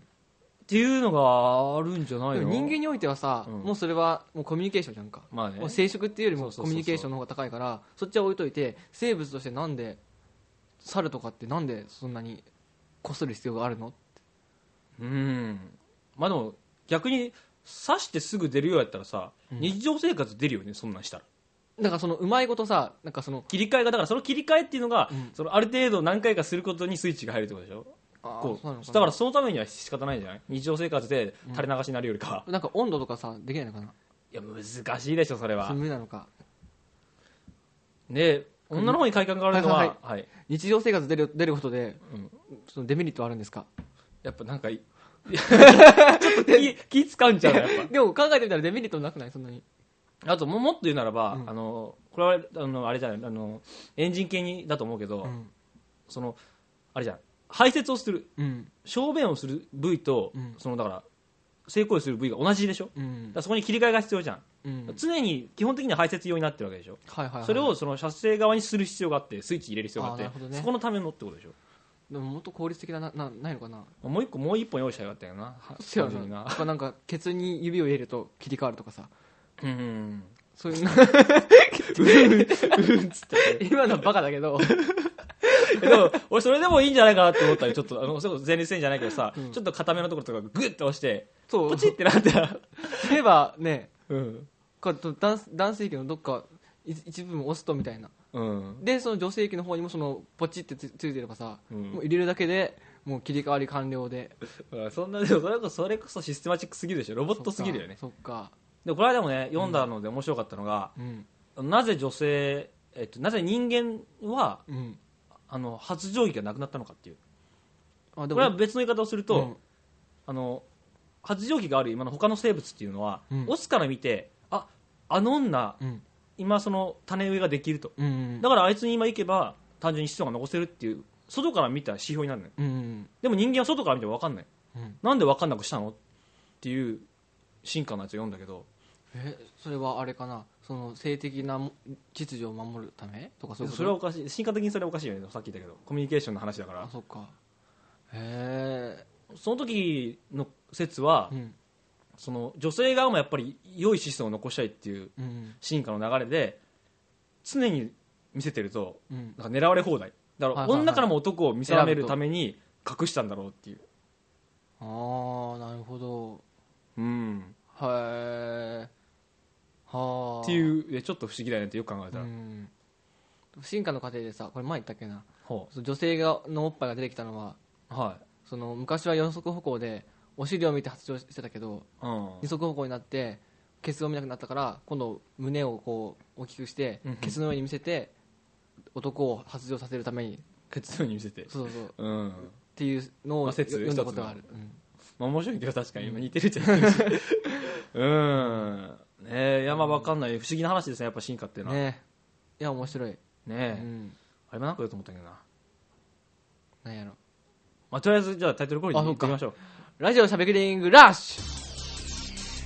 ていうのがあるんじゃないでのも人間においてはさ、うんもうそれはもうコミュニケーションじゃんか、まあねもう、生殖っていうよりもそコうそうそうそうミュニケーションの方が高いからそっちは置いといて生物としてなんで猿とかってなんでそんなにこする必要があるのうん、まあでも逆に刺してすぐ出るようやったらさ、うん日常生活出るよね、そんなんしたら。だからそのうまいことさなんかその切り替えが、だからその切り替えっていうのが、うんそのある程度何回かすることにスイッチが入るってことでしょあーこそうなのかなだからそのためには仕方ないんじゃない日常生活で垂れ流しになるよりか、なんか温度とかさできないのかないや難しいでしょそれは無理なのかで女の方に快感があるのは、ははいいは日常生活出る出ることで、うんそのデメリットはあるんですかやっぱなんか いちょっと気 気使うんちゃうのやっぱ でも考えてみたらデメリットなくないそんなにあとももっと言うならば、うんあのこれはあのあれじゃないあのエンジン系にだと思うけど、うんそのあれじゃん排泄をするうん小便をする部位と、うんそのだから性行為する部位が同じでしょだかうんらそこに切り替えが必要じゃん、うん常に基本的には排泄用になってるわけでしょ、はいはいはいそれをその射精側にする必要があってスイッチ入れる必要があってあーなるほどねそこのためのってことでしょでももっと効率的なななないのかなもう一個もう一本用意したらよかったよなそうや単純にななとかなんかケツに指を入れると切り替わるとかさうんそういううんつって今のはバカだけどでも俺それでもいいんじゃないかなって思ったりちょっとあのそれこそ前立腺じゃないけどさ、うんちょっと固めのところとかグッと押してそうポチってなったら、例えばねうんこう男男性器のどっかい一部分押すとみたいなうんでその女性器の方にもそのポチってつついてればさ、うんもう入れるだけでもう切り替わり完了でそんなでもそれこそそれこそシステマチックすぎるでしょロボットすぎるよねそっかでこの間もね読んだので面白かったのが、そっかうんなぜ女性、えっと、なぜ人間はうんあの発情期がなくなったのかっていうあでこれは別の言い方をすると、うんあの発情期がある今の他の生物っていうのは、うんオスから見てああの女うん今その種植えができるとうんうんだからあいつに今行けば単純に子孫が残せるっていう外から見た指標になるのようんうんでも人間は外から見ても分かんない、うんなんで分かんなくしたのっていう進化のやつを読んだけどえそれはあれかなその性的なも秩序を守るためとかそういうことそれはおかしい進化的にそれはおかしいよねさっき言ったけどコミュニケーションの話だかあらそっかへその時の説は、えうんその女性側もやっぱり良い子孫を残したいっていううん進化の流れで常に見せてるとうんなんか狙われ放題だからはいはいはい女からも男を見定めるために隠したんだろうっていうああなるほどうんへえはあっていういやちょっと不思議だよねってよく考えたうら、ん進化の過程でさこれ前言ったっけなほその女性がのおっぱいが出てきたのはうはその昔は四足歩行でお尻を見て発情してたけどい、うん二足歩行になってケツを見なくなったから今度胸をこう大きくしてうんうんケツの上に見せて男を発情させるためにケツに見せてそうそうそうっうんていうのまをあ説読んだこ一つとのがある、うんまあ面白いけど確かに今似てるじゃん うんねえいやまあ分かんない不思議な話ですねやっぱ進化っていうのはねねいや面白い、うえ、ん、あれもなんか言うと思ったけどな、なんやろまあ、とりあえずじゃあタイトルコールにあそ行うってかみましょうラジオしゃべくりングラッシュ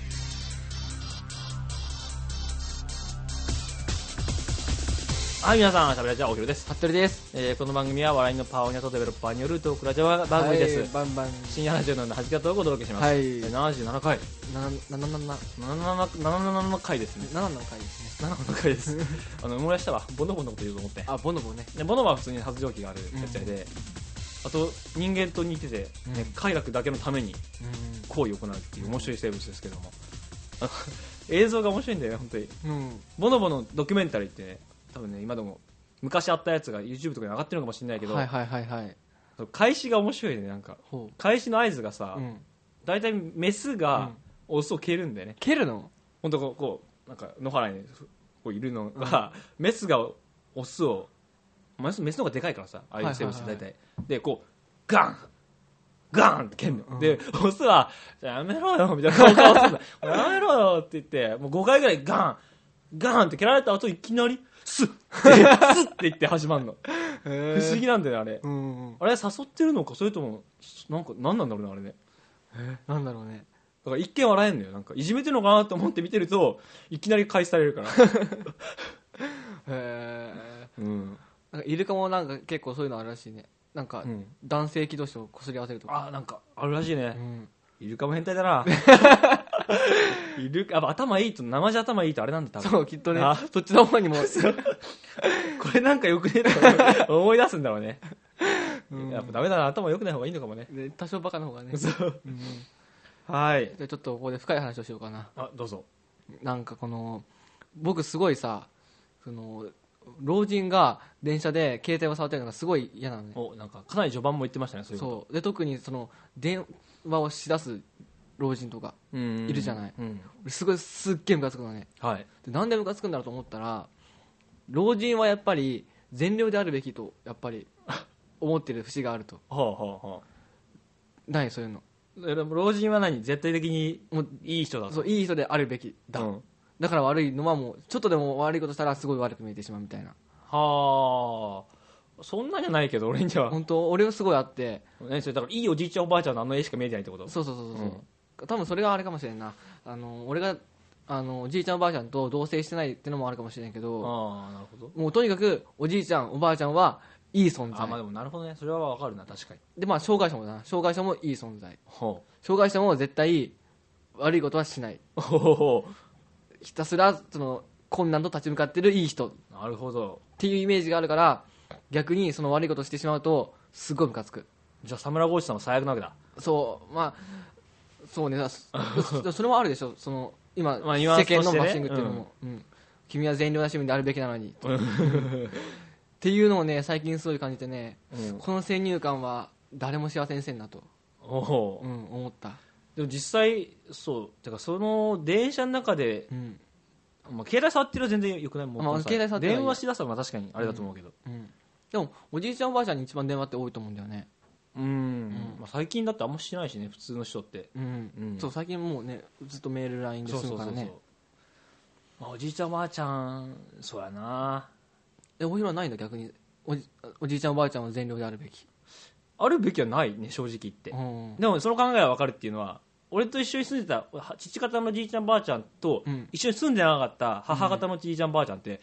はい皆さんしゃべらじゃおひろですハットリですえーこの番組は笑いのパワーニャとデベロッパーによるトークラジオ番組です、はい、バンバン深夜ラジオのような恥かとをお届けします、はいえー77回ななななな77 77回ですね7の回ですね77回です あの思い出したわボノボのこと言うと思ってあボノボねでボノは普通に発情期がある設定で、あと人間と似てて、ねうん快楽だけのために行為を行うっていう面白い生物ですけども あの映像が面白いんだよね本当にうん、うん、ボノボのドキュメンタリーってね多分ね今でも昔あったやつが YouTube とかに上がってるのかもしれないけど、はいはいはいはいその開始が面白いねなんかほ開始の合図がさ、う、うん、大体メスがオスを蹴るんだよね、蹴るの本当こうこうなんか野原にこういるのが、メスがオスをメスメスの方がでかいからさああいう生物ってはい大体、はいでこうガンガンって蹴るの、でオスは「やめろよ」みたいな顔をするのやめろよ」って言ってもう5回ぐらいガンガンって蹴られた後いきなりスッってスッって言って始まるの不不思議なんだよねあれうんうんあれ誘ってるのかそれともなんか何なんだろうねあれねなんだろうねだから一見笑えんのよなんかいじめてるのかなと思って見てるといきなり返されるから、へうんえんかイルカもなんか結構そういうのあるらしいねなんかうん男性器同士をこすり合わせるとかあーなんかあるらしいねう、んイルカも変態だ なイルカやっぱ頭いいと生地頭いいとあれなんだ多分そうきっとねあそっちの方にもこれなんかよくね えと思う思い出すんだろうね、やっぱダメだな頭良くない方がいいのかもねね多少バカの方がねそううんはいじゃあちょっとここで深い話をしようかなあどうぞなんかこの僕すごいさその老人が電車で携帯を触ってるのがすごい嫌なのねおなんかかなり序盤も言ってましたねそういうこそうで特にその電話をしだす老人とかとうんいるじゃないうん俺すごいすっげえムカつくのねはいでなんでムカつくんだろうと思ったら老人はやっぱり善良であるべきとやっぱり思ってる節があるとほうほうほないそういうのうでも老人は何絶対的にもういい人だとそういい人であるべきだ、うんだから悪いのはもうちょっとでも悪いことしたらすごい悪く見えてしまうみたいなはあそんなじゃないけど俺には本当俺はすごいあって何それだからいいおじいちゃんおばあちゃんのあの絵しか見えてないってことそうそうそうそう、う多分それがあれかもしれんなあの俺があのおじいちゃんおばあちゃんと同棲してないってのもあるかもしれんけどああなるほどもうとにかくおじいちゃんおばあちゃんはいい存あ在まあでもなるほどねそれはわかるな確かにでまあ障害者もだな障害者もいい存在ほ障害者も絶対悪いことはしないうほひたすらその困難と立ち向かってるいい人っうなるほどていうイメージがあるから逆にその悪いことしてしまうとすごいムカつくじゃあサムラゴーチさんは最悪なわけだそうまあそうね だそそれもあるでしょその今、まあニュアン世スとしてね間のバッシングっていうのも、うん君は善良な市民であるべきな のにっていうのをね最近すごい感じてねうんこの先入観は誰も幸せにせんなと、おううん、思った、でも実際そうてかその電車の中で、うんまあ、携帯触ってるは全然よくないもん、まあ携帯触ってはいい電話しだすのは確かにあれだと思うけど、うん、でもおじいちゃんおばあちゃんに一番電話って多いと思うんだよねうん、うんまあ、最近だってあんましないしね普通の人ってうんうんそう最近もうねずっとメール LINE でそう済そむうかそらうそうねまあ、おじいちゃんおばあちゃんそうやなえおひはないんだ逆におじおじいちゃんおばあちゃんは全力であるべきあるべきはないね正直言って、うんでもその考えは分かるっていうのは俺と一緒に住んでたは父方のじいちゃんばあちゃんとうん一緒に住んでなかった母方のじいちゃんばあちゃんって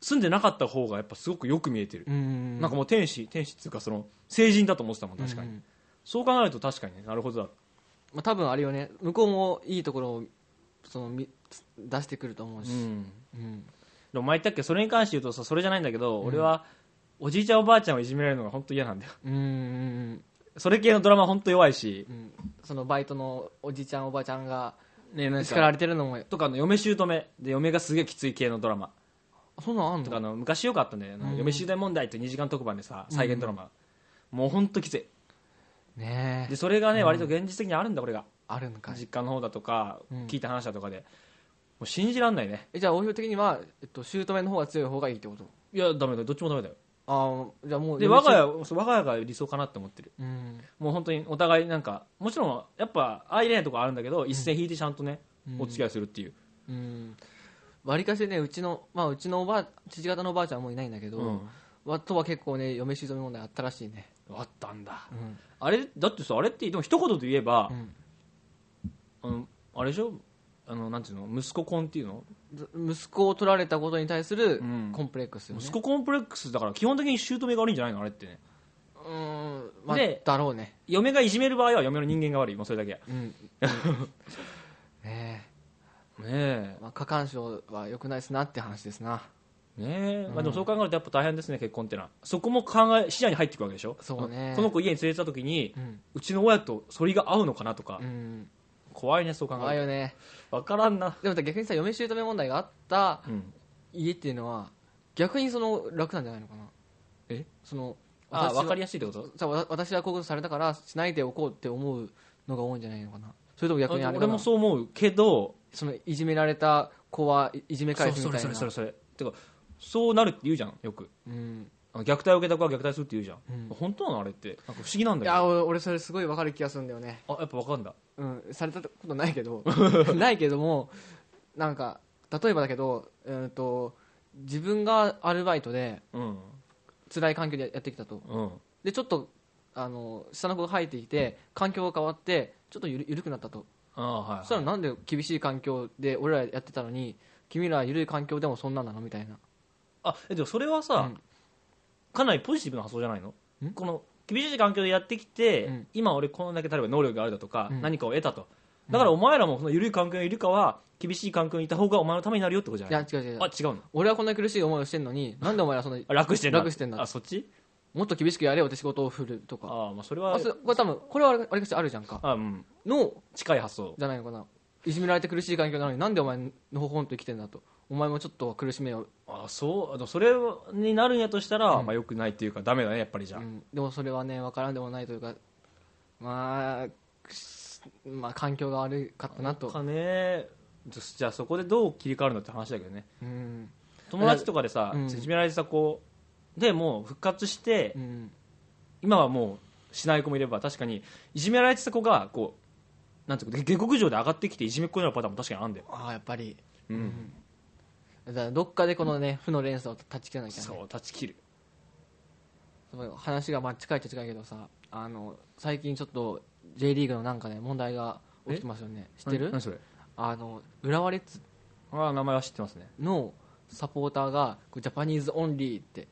住んでなかった方がやっぱすごくよく見えてる、うんなんかもう天使天使っていうかその成人だと思ってたもん確かに、うんうんそう考えると確かにねなるほどだまあ、多分あれよね向こうもいいところをそのみ出してくると思うし、うんでも前言ったっけそれに関して言うとさそれじゃないんだけど、俺はおじいちゃんおばあちゃんをいじめられるのが本当嫌なんだよ うんうんそれ系のドラマ本当弱いしう、んそのバイトのおじいちゃんおばあちゃんがねなん叱らかれてるのもとかの嫁姑で嫁がすげえきつい系のドラマそんなんあんとかあのの昔よくあったんだよ、うん嫁集団問題って2時間特番でさ再現ドラマ、もう本当きついねえでそれがね、割と現実的にあるんだこれがあるのか実家の方だとか、うん聞いた話だとかでもう信じらんないねえじゃあ応用的には、えっと、姑の方が強い方がいいってこといやダメだよどっちもダメだよああじゃあもうで我が家そう我が家が理想かなって思ってるうんもう本当にお互いなんかもちろんやっぱ相入れないとこあるんだけど、一線引いてちゃんとね、うんお付き合いするっていう、うんわりかしねうちのまあうちのおばあ父方のおばあちゃんはもういないんだけど、うんわとは結構ね嫁姑問題あったらしいねあったんだうんあれだってさあれってでも一言で言えば、あのあれでしょあのなんていうの息子婚っていうの息子を取られたことに対するうんコンプレックスよね息子コンプレックスだから基本的に姑が悪いんじゃないのあれってねうーんまあでだろうね嫁がいじめる場合は嫁の人間が悪いもうそれだけね うんねええ、まあ、過干渉は良くないですなって話ですなねえ、まあ、でもそう考えるとやっぱ大変ですね結婚ってのはそこも考え視野に入っていくわけでしょそうねこの子家に連れてた時にうん、うちの親と反りが合うのかなとか、うん、怖いねそう考怖いえるよねと分からんな、でもさ逆にさ嫁姑問題があったうん、家っていうのは逆にその楽なんじゃないのかなえそのあ私は分かりやすいってことさわ私はこういうことされたからしないでおこうって思うのが多いんじゃないのかなそれとも逆にああれか俺なもそう思うけどそのいじめられた子はいいじめそ返うすみそたれそれいなそれそれてかそうなるって言うじゃんよくうんあの虐待を受けた子は虐待するって言うじゃん、うん本当なのあれってなんか不思議なんいだけやど俺俺それすごいわかる気がするんだよねあやっぱ分かるんだうんされたことないけ どないけどもなんか例えばだけど、うん、と自分がアルバイトでうん辛い環境でやってきたとうんでちょっとあの下の子が入ってきて環境が変わってちょっとゆる緩くなったとああはい、はい、そしたらなんで厳しい環境で俺らやってたのに君ら緩い環境でもそんなんなのみたいなあえでもそれはさ、うんかなりポジティブな発想じゃないのんこの厳しい環境でやってきて、うん今俺こんだけ例えば能力があるだとか、うん何かを得たとだからお前らもその緩い環境にいるかは厳しい環境にいた方がお前のためになるよってことじゃいなやい違う違う違うあ違うの俺はこんな苦しい思いをしてんのになんでお前らそんなあ楽してんだ楽してんだあそっちもっと厳しくやれよって仕事を振るとかああまあそれあはそれこれ多分これはあれあれかしらあるじゃんかあうんの近い発想じゃないのかないじめられて苦しい環境なのになんでお前のほほんと生きてんだとお前もちょっと苦しめよ、あそうあでもそれになるんやとしたら、まあ良くないっていうかダメだねやっぱりじゃうあ、ん、でもそれはね分からんでもないというかまあしまあ環境が悪かったなとかねじゃあそこでどう切り替わるのって話だけどねうん友達とかでさ、うんいじめられてた子でもう復活して、うん今はもうしない子もいれば確かにいじめられてた子がこうなんていうか下克上で上がってきていじめっ子になるパターンも確かにあるんだよ、ああやっぱりうんだからどっかでこのね負の連鎖を断ち切らなきゃそうね断ち切るすごい話がまあ近いっちゃ近いけどさあの最近ちょっと J リーグのなんかね問題が起きてますよね知っなてる何それあの浦和レッズああ名前は知ってますねのサポーターがこうジャパニーズオンリーって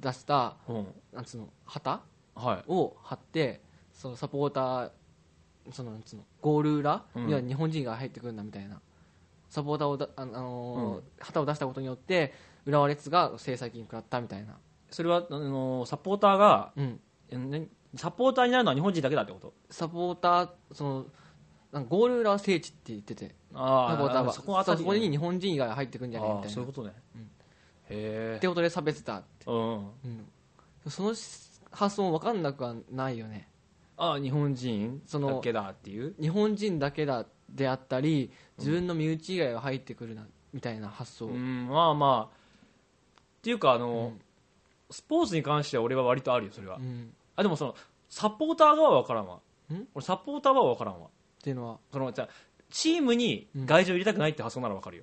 出したうんなんつうの旗はいを貼ってそのサポーターそのなんつうのゴール裏うんには日本人が入ってくるんだみたいな、サポーターをだあのーうん旗を出したことによって浦和レッズが制裁金食らったみたいな、それはあのサポーターがうん、え何サポーターになるのは日本人だけだってことサポーターそのなんかゴール裏は聖地って言っててあサポーターはそこあたりそこに日本人以外は入ってくんじゃねえみあたあいなそういうことね、へっえてことで差別だって、うんうん、その発想も分かんなくはないよねああ日本人そのだけだっていう日本人だけだであったり自分の身内以外は入ってくるなみたいな発想、うんまあまあっていうかあの、うんスポーツに関しては俺は割とあるよそれは、うんあでもそのサポーター側は分からんわん俺サポーターは分からんわていうのはそのじゃあチームに外情入れたくないって発想なら分かるよ、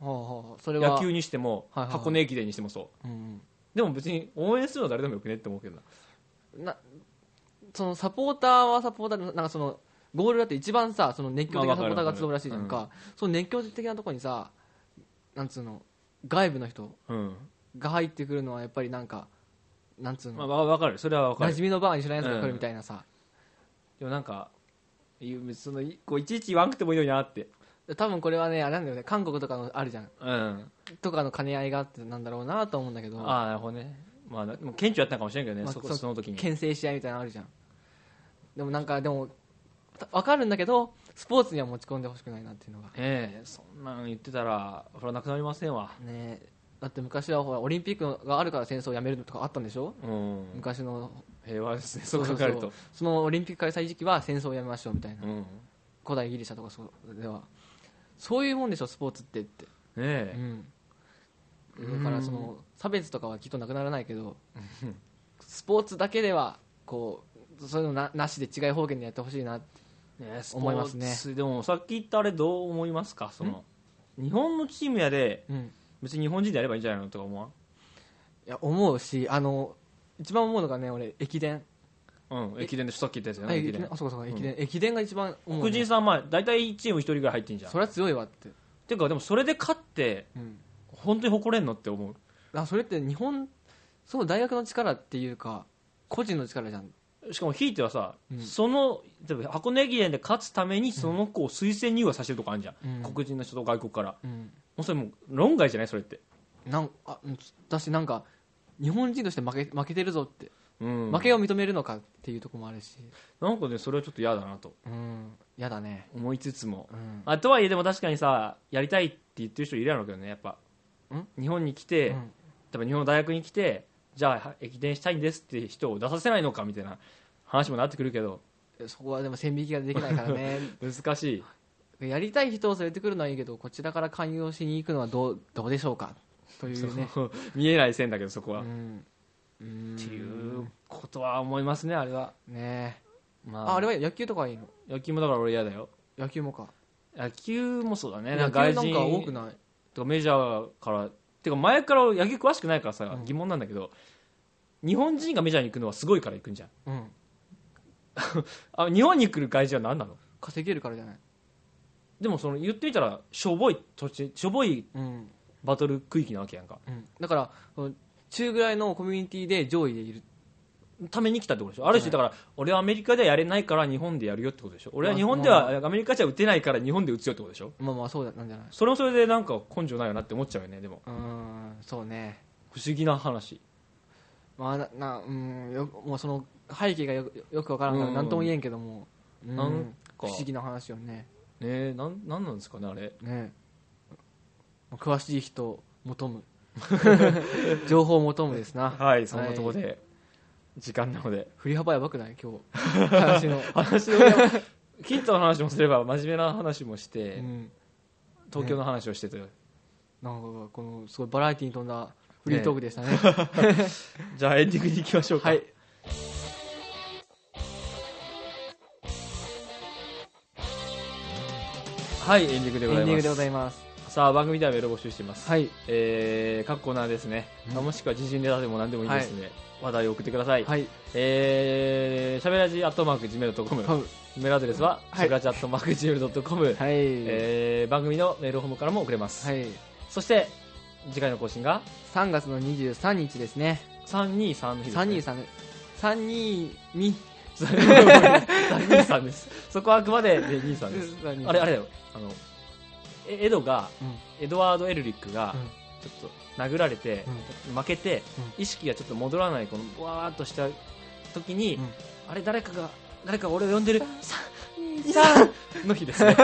はあはあそれは野球にしてもはいはいはい箱根駅伝にしてもそう、うんでも別に応援するのは誰でもよくねって思うけどなうんなそのサポーターはサポーターでなんかそのゴールだって一番さその熱狂ま的なあサポわかーるターが集うらしいじゃんか、その熱狂的なところにさなんつうの外部の人うん、が入ってくるのはやっぱりなんかなんつうまあ、の、わ分かるそれは分か馴る染みのバーに知らないやつが来るみたいなさ、でもなんかいうそのいこういちいち言わんくてもいいのになって多分これはねあれなんだよね韓国とかのあるじゃんうんとかの兼ね合いがあってなんだろうなと思うんだけどああなるほどねまあなもう顕著やったんかもしれんけどね、まあそこそうその時に牽制試合みたいなのあるじゃんでもなんかでも分かるんだけどスポーツには持ち込んでほしくないなっていうのがええそんなん言ってたらそれはなくなりませんわねえだって昔はほらオリンピックがあるから戦争をやめるとかあったんでしょうん昔の平和ですねそう考えるそうそうとそのオリンピック開催時期は戦争をやめましょうみたいなうんね古代ギリシャとかそうではそういうもんでしょスポーツってってうえんだからその差別とかはきっとなくならないけどスポーツだけではこうそういうのななしで違い方言でやってほしいなってねえスポーツ思いますねでもさっき言ったあれどう思いますかその日本のチームやでうん別に日本人でやればいいんじゃないのとか思わんいや思うしあの一番思うのがね俺駅伝うん、駅伝でさっき言ったやつやあな、駅駅伝伝あ。そうかそうかん駅伝、駅伝が一番思う、黒人さん、まあ、大体チーム一人ぐらい入ってんじゃん。それは強いわって、てか、でもそれで勝って、うん、本当に誇れんのって思う。あそれって日本その大学の力っていうか個人の力じゃんしかも、ひいてはさ、うんその、例えば箱根駅伝で勝つために、その子を推薦入学させてるとこあるじゃん。うん黒人の人と外国から。もうんうそれもう論外じゃないそれって。なんあうんだしなんか日本人として負け負けてるぞって、うん。負けを認めるのかっていうところもあるしなんかね、それはちょっと嫌だなとうんやだね思いつつも。うんあとはいえ、でも確かにさ、やりたいって言ってる人いるやろうけどね、やっぱん。日本に来て、う例んえば日本の大学に来て、じゃあ、駅伝したいんですって人を出させないのかみたいな話もなってくるけど、そこはでも線引きができないからね 難しいやりたい人を連れてくるのはいいけどこちらから勧誘しに行くのはどうどうでしょうかというね見えない線だけどそこは、うっんうんていうことは思いますねあれは、ねえまああれはは野球とかはいいの野球もだから俺嫌だよ野球もか野球もそうだね野球な外んか人多くないとかメジャーからてか前から野球詳しくないからさ、疑問なんだけど日本人がメジャーに行くのはすごいから行くんじゃんうんあ日本に来る外人は何なの稼げるからじゃないでもその言ってみたらしょぼい土地しょぼいうん、バトル区域なわけやんかうん、だからその中ぐらいのコミュニティで上位でいるために来たってことでしょある種だから俺はアメリカではやれないから日本でやるよってことでしょ俺は日本でまあはアメリカじゃ打てないから日本で打つよってことでしょまあまあそうだなんじゃないそれもそれでなんか根性ないよなって思っちゃうよねでもうーんそうね不思議な話まあななうんよもうその背景がよくよくわからんからうん何とも言えんけども、うんなんか不思議な話よねねえなんなんなんですかねあれねまあ詳しい人を 求む情報を求むですなはいそんなところで、時間なので振り幅やばくない今 日話の、話の上はヒントの話もすれば真面目な話もしうて、ん、東京の話をしてという、なんかこのすごいバラエティに富んだフリートークでしたねじゃあエンディングに行きましょうかはいはいエンディングでエンござデいィンますグでございますさあ番組ではメールを募集しています、はいえー、各コーナーですね、うんまあもしくは自信ネタでも何でもいいですね、話題を送ってください、はいえー、しゃべらじアットマーク Gmail.com はいメールアドレスは、はいしゃべらじアットマーク Gmail.com、はい、えー番組のメールフォームからも送れます、はい、そして次回の更新が3月の23日ですね323の日です、ね、 323 322 323ですそこはあくまでで23です323あれあれだよあのえエドがうんエドワード・エルリックがうんちょっと殴られて、負けて、意識がちょっと戻らないこのわーっとした時に、うんあれ誰かが誰かが俺を呼んでる323の日です ね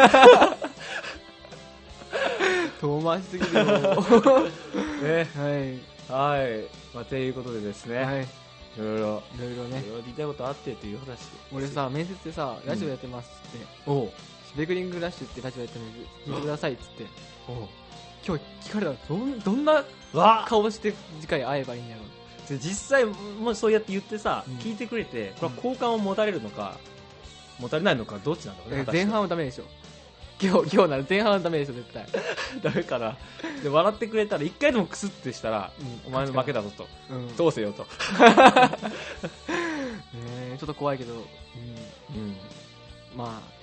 遠回しすぎ るよねはいはい、まあ、ということでですね、、はいいろいろいろいろねいろいろ言いたいことあってという話で俺さ面接でさラジオやってますっつって、おうスペクリングラッシュってラジオやってるんで聞いてくださいっつっておう今日聞かれたらどんどんなわ顔して次回会えばいいんやろで実際もしそうやって言ってさ、うん聞いてくれてこれは好感を持たれるのか、持たれないのかどっちなんだろうねえ果たして前半はダメでしょ今日今日なら前半はダメでしょ絶対、 ダメかなで笑ってくれたら一回でもクスってしたらお前の負けだぞとうんどうせよと、ねえちょっと怖いけど、うんまあ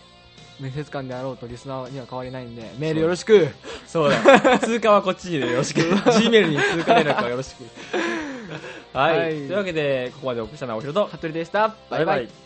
面接官であろうとリスナーには変わりないんでメールよろしくそうだ通過はこっちにでよろしく G メールに通過連絡はよろしくはい、はいと いうわけでここまでお送りしたのはおひろと服部でしたバイバイイ